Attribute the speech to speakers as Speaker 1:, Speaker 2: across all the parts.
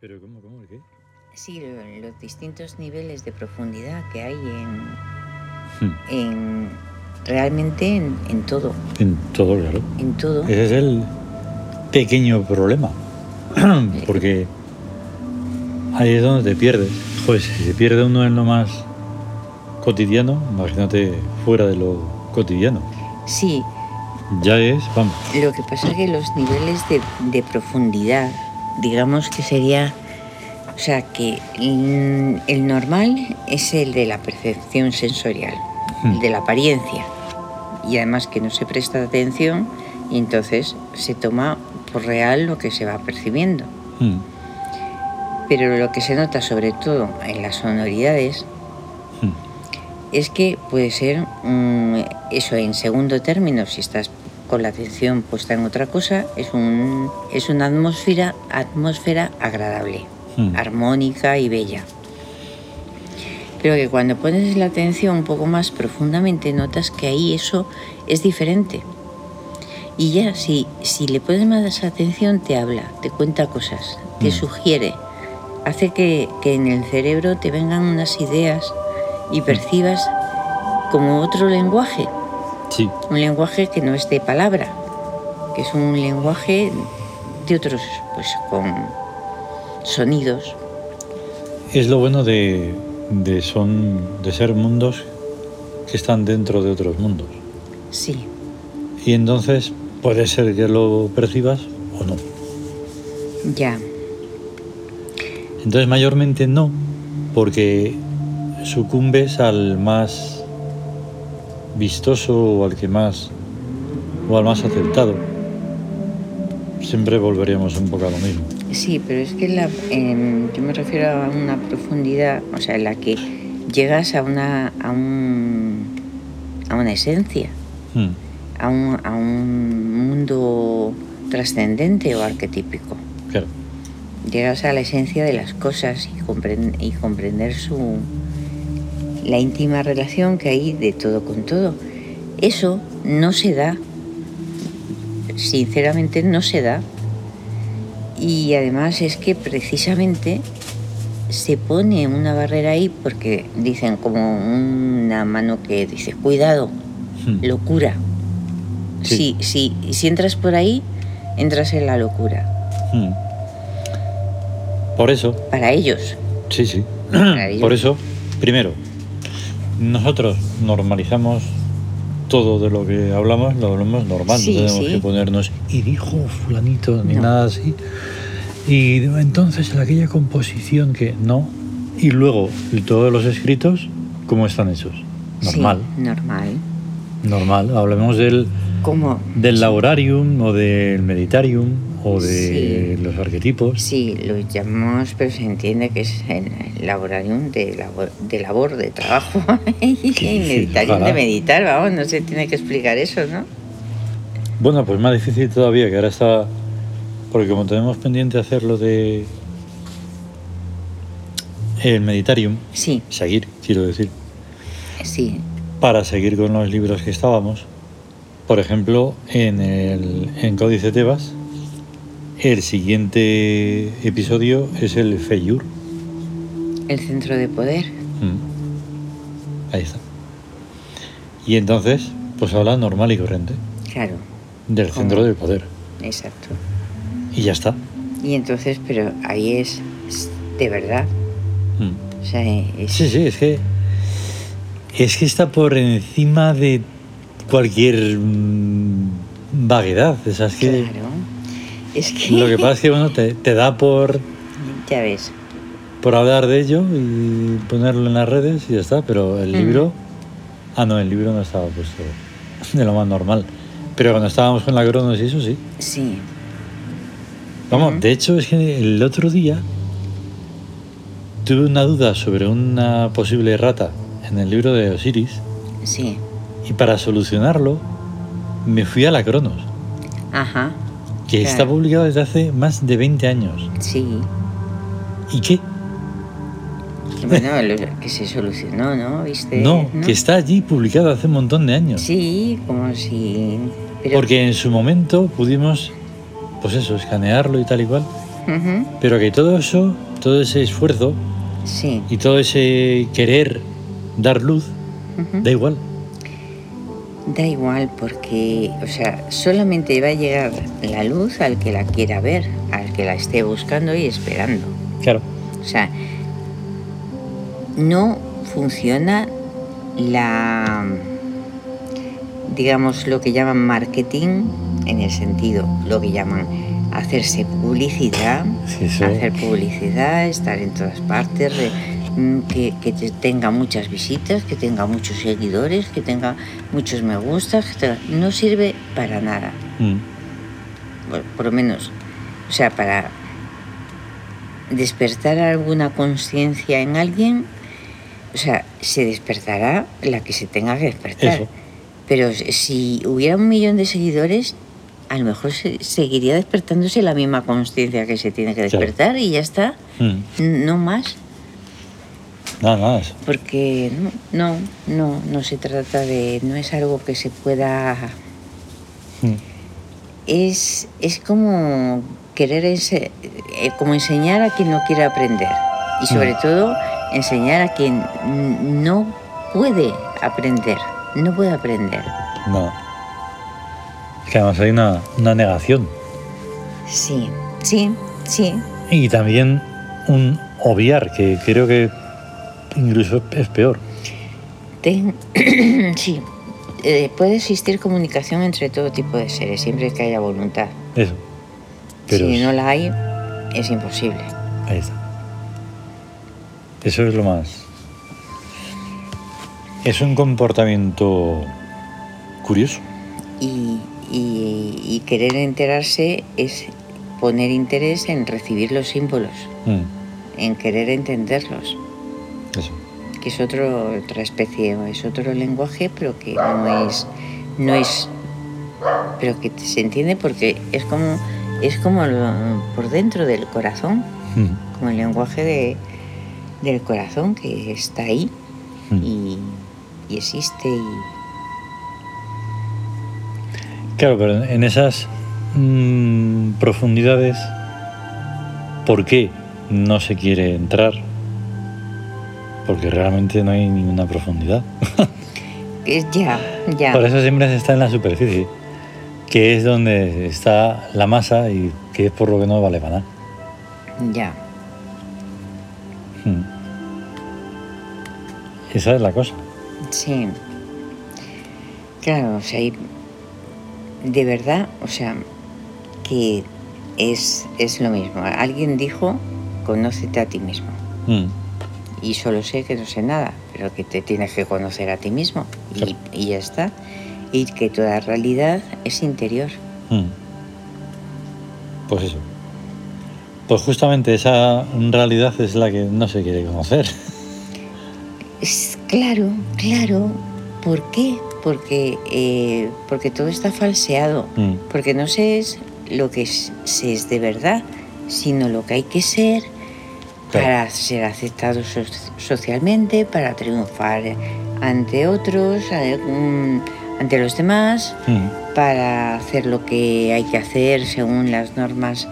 Speaker 1: ¿Pero cómo, cómo, el qué?
Speaker 2: Sí, lo- los distintos niveles de profundidad que hay en,
Speaker 1: Hmm,
Speaker 2: en realmente en, en todo,
Speaker 1: En todo, claro.
Speaker 2: en todo.
Speaker 1: Ese es el pequeño problema. Porque ahí es donde te pierdes. Joder, si se pierde uno en lo más cotidiano, imagínate fuera de lo cotidiano.
Speaker 2: Sí,
Speaker 1: Ya es, vamos.
Speaker 2: lo que pasa es que los niveles de, de profundidad, digamos que sería, o sea, que mm, el normal es el de la percepción sensorial,
Speaker 1: Hmm.
Speaker 2: el de la apariencia, y además que no se presta atención y entonces se toma por real lo que se va percibiendo.
Speaker 1: Mm,
Speaker 2: Pero lo que se nota sobre todo en las sonoridades
Speaker 1: mm.
Speaker 2: es que puede ser mm, eso en segundo término, si estás con la atención puesta en otra cosa, es, un, es una atmósfera, atmósfera agradable,
Speaker 1: Mm.
Speaker 2: armónica y bella. Pero que cuando pones la atención un poco más profundamente notas que ahí eso es diferente. Y ya, si, si le pones más atención, te habla, te cuenta cosas, te
Speaker 1: Mm.
Speaker 2: sugiere, hace que, que en el cerebro te vengan unas ideas y percibas como otro lenguaje,
Speaker 1: Sí,
Speaker 2: un lenguaje que no es de palabra, que es un lenguaje de otros, pues con sonidos.
Speaker 1: es lo bueno de, de son, de ser mundos que están dentro de otros mundos.
Speaker 2: Sí,
Speaker 1: Y entonces puede ser que lo percibas o no.
Speaker 2: ya,
Speaker 1: Entonces mayormente no, porque sucumbes al más vistoso o al que más o al más aceptado. Siempre volveríamos un poco a lo mismo.
Speaker 2: sí, pero es que la, em, yo me refiero a una profundidad, o sea, en la que llegas a una, a un- a una esencia,
Speaker 1: Mm,
Speaker 2: a un, a un mundo trascendente o arquetípico.
Speaker 1: claro.
Speaker 2: llegas a la esencia de las cosas y, compren- y comprender su la íntima relación que hay de todo con todo. Eso no se da, sinceramente no se da. Y además es que precisamente se pone una barrera ahí porque dicen como una mano que dice, cuidado,
Speaker 1: Mm,
Speaker 2: locura.
Speaker 1: Sí.
Speaker 2: Si, si, si entras por ahí, entras en la locura.
Speaker 1: mm. Por eso,
Speaker 2: Para ellos,
Speaker 1: sí, sí.
Speaker 2: Maravilloso.
Speaker 1: Por eso, primero, nosotros normalizamos todo de lo que hablamos, lo hablamos normal,
Speaker 2: Sí,
Speaker 1: no tenemos
Speaker 2: sí.
Speaker 1: que ponernos y dijo fulanito ni
Speaker 2: No.
Speaker 1: nada así. Y de- entonces en aquella composición que no, y luego todos los escritos, ¿cómo están hechos?
Speaker 2: Sí,
Speaker 1: Normal,
Speaker 2: normal.
Speaker 1: normal. Hablemos del,
Speaker 2: Como
Speaker 1: del laborarium o del meditarium o de los arquetipos.
Speaker 2: sí, lo llamamos, pero se entiende que es en el laborarium de labor, de, labor, de trabajo
Speaker 1: ¿Qué
Speaker 2: y el
Speaker 1: dices?
Speaker 2: meditarium de
Speaker 1: Ojalá.
Speaker 2: meditar, vamos, no se tiene que explicar eso, ¿no?
Speaker 1: Bueno, pues más difícil todavía, que ahora está. Porque como tenemos pendiente hacerlo de. El Meditarium,
Speaker 2: Sí,
Speaker 1: seguir, quiero decir,
Speaker 2: sí,
Speaker 1: para seguir con los libros que estábamos. Por ejemplo, en, el, en Códice Tebas, el siguiente episodio es el Feyur.
Speaker 2: el centro de poder.
Speaker 1: Mm. Ahí está. Y entonces, pues habla normal y corriente
Speaker 2: Claro,
Speaker 1: del
Speaker 2: Ajá.
Speaker 1: centro del poder.
Speaker 2: exacto.
Speaker 1: Y ya está.
Speaker 2: Y entonces, pero ahí es es de verdad.
Speaker 1: Mm.
Speaker 2: O sea, es-
Speaker 1: Sí, sí, es que. Es que está por encima de cualquier mm, vaguedad. O sea, es que
Speaker 2: claro. Es que
Speaker 1: lo que pasa es que bueno, te, te da por,
Speaker 2: ya ves.
Speaker 1: por hablar de ello y ponerlo en las redes y ya está. Pero el
Speaker 2: Mm.
Speaker 1: libro. Ah, no, el libro no estaba puesto de lo más normal. Pero cuando estábamos con la Cronos y eso sí.
Speaker 2: Sí,
Speaker 1: Vamos,
Speaker 2: Ujú.
Speaker 1: de hecho es que el otro día tuve una duda sobre una posible rata en el libro de Osiris.
Speaker 2: sí.
Speaker 1: Y para solucionarlo, me fui a la Cronos,
Speaker 2: Ajá,
Speaker 1: que
Speaker 2: Claro.
Speaker 1: está publicado desde hace más de 20 años.
Speaker 2: sí.
Speaker 1: ¿Y qué?
Speaker 2: Bueno, lo- que se solucionó, ¿no? ¿Viste?
Speaker 1: no, que está allí publicado hace un montón de años.
Speaker 2: Sí, como si... pero-
Speaker 1: Porque en su momento pudimos, pues eso, escanearlo y tal y cual.
Speaker 2: Ujú.
Speaker 1: Pero que todo eso, todo ese esfuerzo
Speaker 2: Sí.
Speaker 1: y todo ese querer dar luz,
Speaker 2: Ujú.
Speaker 1: da igual.
Speaker 2: Da igual porque, o sea, solamente va a llegar la luz al que la quiera ver, al que la esté buscando y esperando.
Speaker 1: Claro.
Speaker 2: O sea, no funciona la, digamos, lo que llaman marketing en el sentido, lo que llaman hacerse publicidad,
Speaker 1: Sí, sí.
Speaker 2: hacer publicidad, estar en todas partes, re- mm, que, que te- tenga muchas visitas, que tenga muchos seguidores, que tenga muchos me gustas, que tenga- no sirve para nada
Speaker 1: Mm,
Speaker 2: por, por lo menos, o sea, para despertar alguna conciencia en alguien, o sea, se despertará la que se tenga que despertar.
Speaker 1: Eso.
Speaker 2: Pero s- si hubiera un millón de seguidores, a lo mejor se- seguiría despertándose la misma conciencia que se tiene que
Speaker 1: Claro.
Speaker 2: despertar y ya está,
Speaker 1: mm.
Speaker 2: n- no más,
Speaker 1: Nada, nada. eso.
Speaker 2: porque no, no, no, no se trata de, no es algo que se pueda
Speaker 1: Mm.
Speaker 2: es, es como querer ense- eh, como enseñar a quien no quiere aprender y sobre
Speaker 1: Mm.
Speaker 2: todo enseñar a quien n- no puede aprender, no puede aprender.
Speaker 1: Nada. Es que además hay una, una negación
Speaker 2: Sí, sí, sí,
Speaker 1: y también un obviar, que creo que incluso es peor.
Speaker 2: Ten- sí. Eh, puede existir comunicación entre todo tipo de seres siempre que haya voluntad.
Speaker 1: Eso. Pero
Speaker 2: si
Speaker 1: es-
Speaker 2: no la hay, es imposible.
Speaker 1: Ahí está. Eso es lo más. Es un comportamiento curioso.
Speaker 2: y, y- y querer enterarse es poner interés en recibir los símbolos,
Speaker 1: Mm,
Speaker 2: en querer entenderlos,
Speaker 1: eso.
Speaker 2: que es otro, otra especie, es otro lenguaje, pero que no es, no es, pero que se entiende porque es como, es como lo- por dentro del corazón,
Speaker 1: Mm,
Speaker 2: como el lenguaje de- del corazón que está ahí
Speaker 1: mm.
Speaker 2: y, y existe y
Speaker 1: Claro, pero en esas mm, profundidades, ¿por qué no se quiere entrar? Porque realmente no hay ninguna profundidad.
Speaker 2: es ya, ya.
Speaker 1: Por eso siempre se está en la superficie, que es donde está la masa y que es por lo que no vale para nada.
Speaker 2: Ya,
Speaker 1: Mm. Esa es la cosa.
Speaker 2: sí. Claro, o sea, y de verdad, o sea, que es, es lo mismo. Alguien dijo, conócete a ti mismo.
Speaker 1: Mm,
Speaker 2: Y solo sé que no sé nada, pero que te tienes que conocer a ti mismo. Y,
Speaker 1: Claro.
Speaker 2: y ya está. Y que toda realidad es interior.
Speaker 1: mm. Pues eso. Pues justamente esa realidad es la que no se quiere conocer.
Speaker 2: Es, claro, claro. ¿Por qué? Porque, eh, porque todo está falseado.
Speaker 1: Mm,
Speaker 2: Porque no se es lo que es- se es de verdad, sino lo que hay que ser
Speaker 1: Claro.
Speaker 2: para ser aceptado so- socialmente, para triunfar ante otros, a- mm, ante los demás,
Speaker 1: mm,
Speaker 2: para hacer lo que hay que hacer según las normas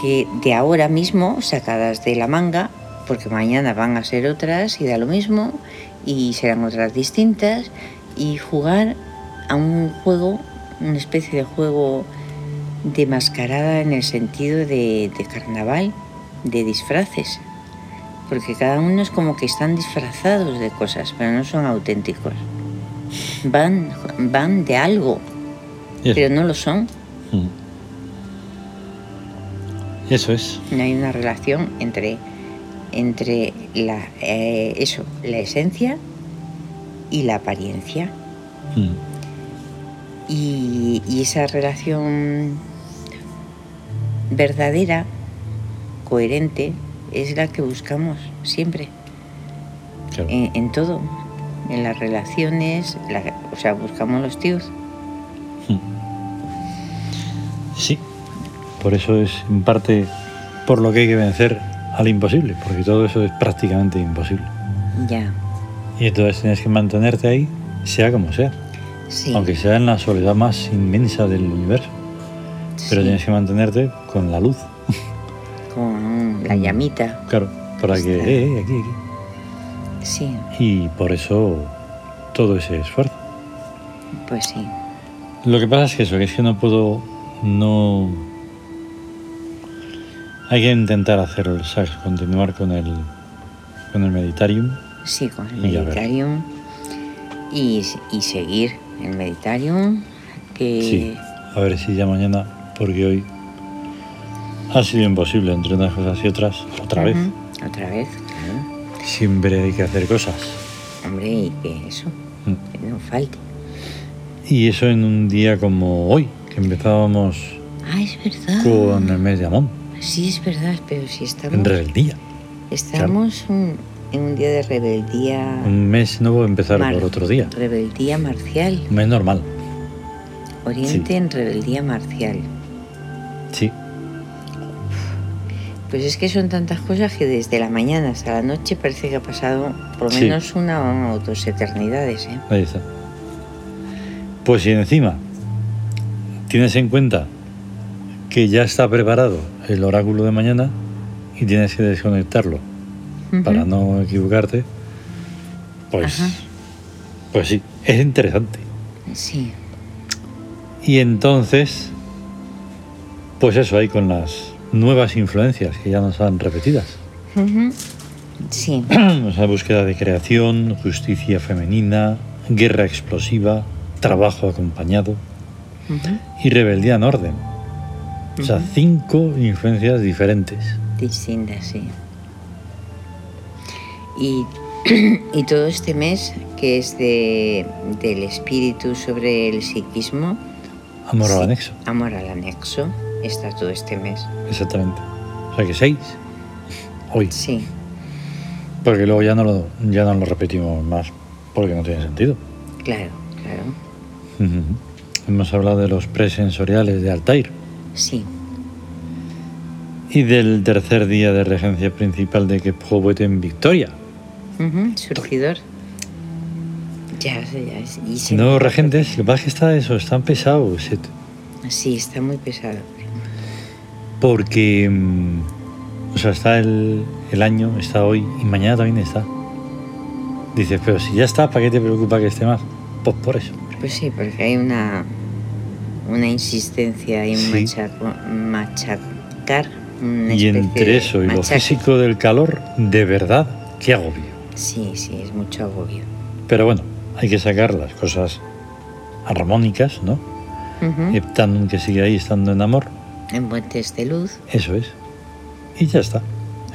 Speaker 2: que de ahora mismo sacadas de la manga, porque mañana van a ser otras y da lo mismo y serán otras distintas y jugar a un juego, una especie de juego de mascarada en el sentido de, de carnaval, de disfraces, porque cada uno es como que están disfrazados de cosas, pero no son auténticos. Van, van de algo,
Speaker 1: y eso.
Speaker 2: pero no lo son.
Speaker 1: Mm. Eso es.
Speaker 2: No hay una relación entre, entre la, eh, eso, la esencia y la apariencia.
Speaker 1: Mm,
Speaker 2: Y, y esa relación verdadera, coherente, es la que buscamos siempre,
Speaker 1: claro.
Speaker 2: en, en todo, en las relaciones, la- o sea, buscamos los tíos.
Speaker 1: Sí. Por eso es en parte por lo que hay que vencer al imposible, porque todo eso es prácticamente imposible.
Speaker 2: Ya,
Speaker 1: Y entonces tienes que mantenerte ahí, sea como sea,
Speaker 2: sí.
Speaker 1: aunque sea en la soledad más inmensa del universo. Pero
Speaker 2: sí.
Speaker 1: tienes que mantenerte con la luz.
Speaker 2: con la llamita.
Speaker 1: Claro, para que...
Speaker 2: Está.
Speaker 1: eh, eh, aquí, aquí.
Speaker 2: Sí,
Speaker 1: Y por eso todo ese esfuerzo.
Speaker 2: pues sí.
Speaker 1: Lo que pasa es que eso, que es que no puedo, no... Hay que intentar hacer el sax, continuar con el, con el meditarium.
Speaker 2: Sí, con el
Speaker 1: Y a ver.
Speaker 2: meditarium. Y, y seguir el meditarium. Que
Speaker 1: Sí, a ver si ya mañana, porque hoy ha sido imposible entre unas cosas y otras, otra vez.
Speaker 2: Ujú, Otra vez, claro.
Speaker 1: Siempre hay que hacer cosas.
Speaker 2: Hombre, y que eso,
Speaker 1: Mm.
Speaker 2: que no falte.
Speaker 1: Y eso en un día como hoy, que empezábamos
Speaker 2: Ah, es verdad.
Speaker 1: con el mes de Amón,
Speaker 2: Sí, es verdad, pero si estamos,
Speaker 1: en rebeldía.
Speaker 2: estamos un- en un día de rebeldía.
Speaker 1: Un mes no voy a empezar
Speaker 2: mar-
Speaker 1: por otro día.
Speaker 2: Rebeldía marcial.
Speaker 1: Un mes normal,
Speaker 2: Oriente
Speaker 1: Sí.
Speaker 2: en rebeldía marcial.
Speaker 1: sí.
Speaker 2: Pues es que son tantas cosas que desde la mañana hasta la noche parece que ha pasado por lo
Speaker 1: Sí.
Speaker 2: menos una o dos eternidades. ¿eh?
Speaker 1: Ahí está. Pues si encima tienes en cuenta que ya está preparado el oráculo de mañana y tienes que desconectarlo para
Speaker 2: Ujú.
Speaker 1: no equivocarte, pues,
Speaker 2: Ajá.
Speaker 1: pues sí, es interesante.
Speaker 2: Sí,
Speaker 1: Y entonces, pues eso ahí con las nuevas influencias que ya nos han repetidas.
Speaker 2: Ujú. sí,
Speaker 1: o sea, búsqueda de creación, justicia femenina, guerra explosiva, trabajo acompañado.
Speaker 2: Ujú.
Speaker 1: y rebeldía en orden. O sea,
Speaker 2: Ujú.
Speaker 1: cinco influencias diferentes.
Speaker 2: distintas, sí. Y, y todo este mes que es de, del espíritu sobre el psiquismo,
Speaker 1: Amor al
Speaker 2: Sí.
Speaker 1: anexo,
Speaker 2: amor al anexo, está todo este mes.
Speaker 1: exactamente. O sea que seis. Hoy.
Speaker 2: Sí,
Speaker 1: Porque luego ya no lo, ya no lo repetimos más, porque no tiene sentido.
Speaker 2: claro, claro.
Speaker 1: Ujú. Hemos hablado de los presensoriales de Altair
Speaker 2: Sí,
Speaker 1: y del tercer día de regencia principal de que Probet en Victoria.
Speaker 2: Ujú, surgidor. Ya, ya, ya, y
Speaker 1: Si
Speaker 2: se-
Speaker 1: no regentes, lo que pasa es que está eso, están pesados. se-
Speaker 2: Sí, está muy pesado.
Speaker 1: Porque. mm, O sea, está el, el año, está hoy y mañana también está. Dices, pero si ya está, ¿para qué te preocupa que esté más? Pues por eso.
Speaker 2: Pues sí, porque hay una, una insistencia y un
Speaker 1: Sí.
Speaker 2: machaco- machacar. una
Speaker 1: Y
Speaker 2: especie de
Speaker 1: entre eso y lo
Speaker 2: machaque.
Speaker 1: físico del calor, de verdad, qué agobio.
Speaker 2: Sí, sí, es mucho agobio.
Speaker 1: Pero bueno, hay que sacar las cosas armónicas, ¿no?
Speaker 2: Ujú.
Speaker 1: Heptanum que sigue ahí estando en amor,
Speaker 2: En puentes de luz.
Speaker 1: eso es. Y ya está.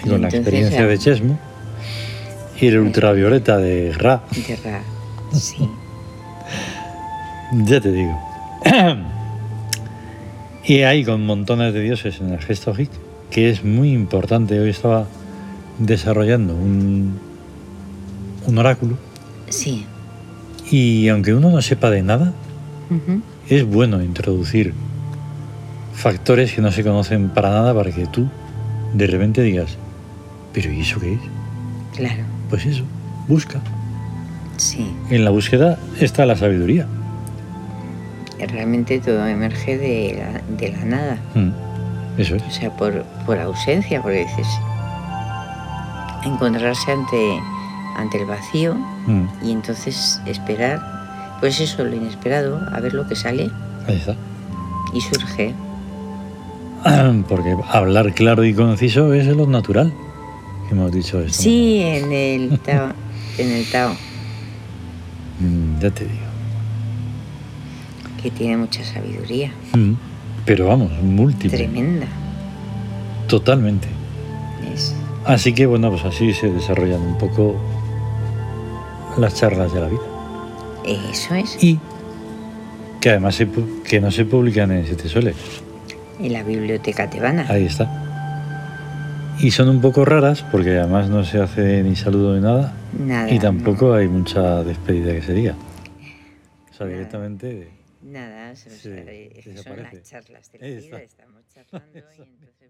Speaker 1: Y
Speaker 2: Y
Speaker 1: con la
Speaker 2: entonces
Speaker 1: experiencia
Speaker 2: ya-
Speaker 1: de Chesmo y el ultravioleta de Ra.
Speaker 2: Tierra. Sí.
Speaker 1: Ya te digo. y ahí con montones de dioses en el gesto hic, que es muy importante. Hoy estaba desarrollando un, un oráculo
Speaker 2: Sí.
Speaker 1: y aunque uno no sepa de nada,
Speaker 2: Ujú.
Speaker 1: es bueno introducir factores que no se conocen para nada para que tú de repente digas, pero ¿y eso qué es?
Speaker 2: Claro.
Speaker 1: Pues eso, busca.
Speaker 2: Sí.
Speaker 1: En la búsqueda está la sabiduría.
Speaker 2: Realmente todo emerge de la, de la nada.
Speaker 1: Mm, Eso es.
Speaker 2: O sea, por, por ausencia, porque dices. Encontrarse ante, ante el vacío
Speaker 1: Mm,
Speaker 2: y entonces esperar, pues eso, lo inesperado, a ver lo que sale
Speaker 1: Ahí está.
Speaker 2: y surge.
Speaker 1: Porque hablar claro y conciso es lo natural. que Hemos dicho esto.
Speaker 2: Sí, en el Tao, en el Tao,
Speaker 1: Mm, Ya te digo.
Speaker 2: que tiene mucha sabiduría,
Speaker 1: Mm, Pero vamos, múltiple.
Speaker 2: tremenda.
Speaker 1: Totalmente.
Speaker 2: Es,
Speaker 1: Así que bueno, pues así se desarrollan un poco las charlas de la vida.
Speaker 2: eso es,
Speaker 1: Y que además se pu- que no se publican en Siete Soles.
Speaker 2: en la biblioteca tebana.
Speaker 1: Ahí está. Y son un poco raras porque además no se hace ni saludo ni nada.
Speaker 2: Nada.
Speaker 1: Y tampoco hay mucha despedida que se diga. O sea, directamente...
Speaker 2: no, nada, o sea,
Speaker 1: Sí,
Speaker 2: eh, son
Speaker 1: desaparece.
Speaker 2: las charlas de la
Speaker 1: Ahí
Speaker 2: vida,
Speaker 1: está.
Speaker 2: estamos charlando y entonces. pues,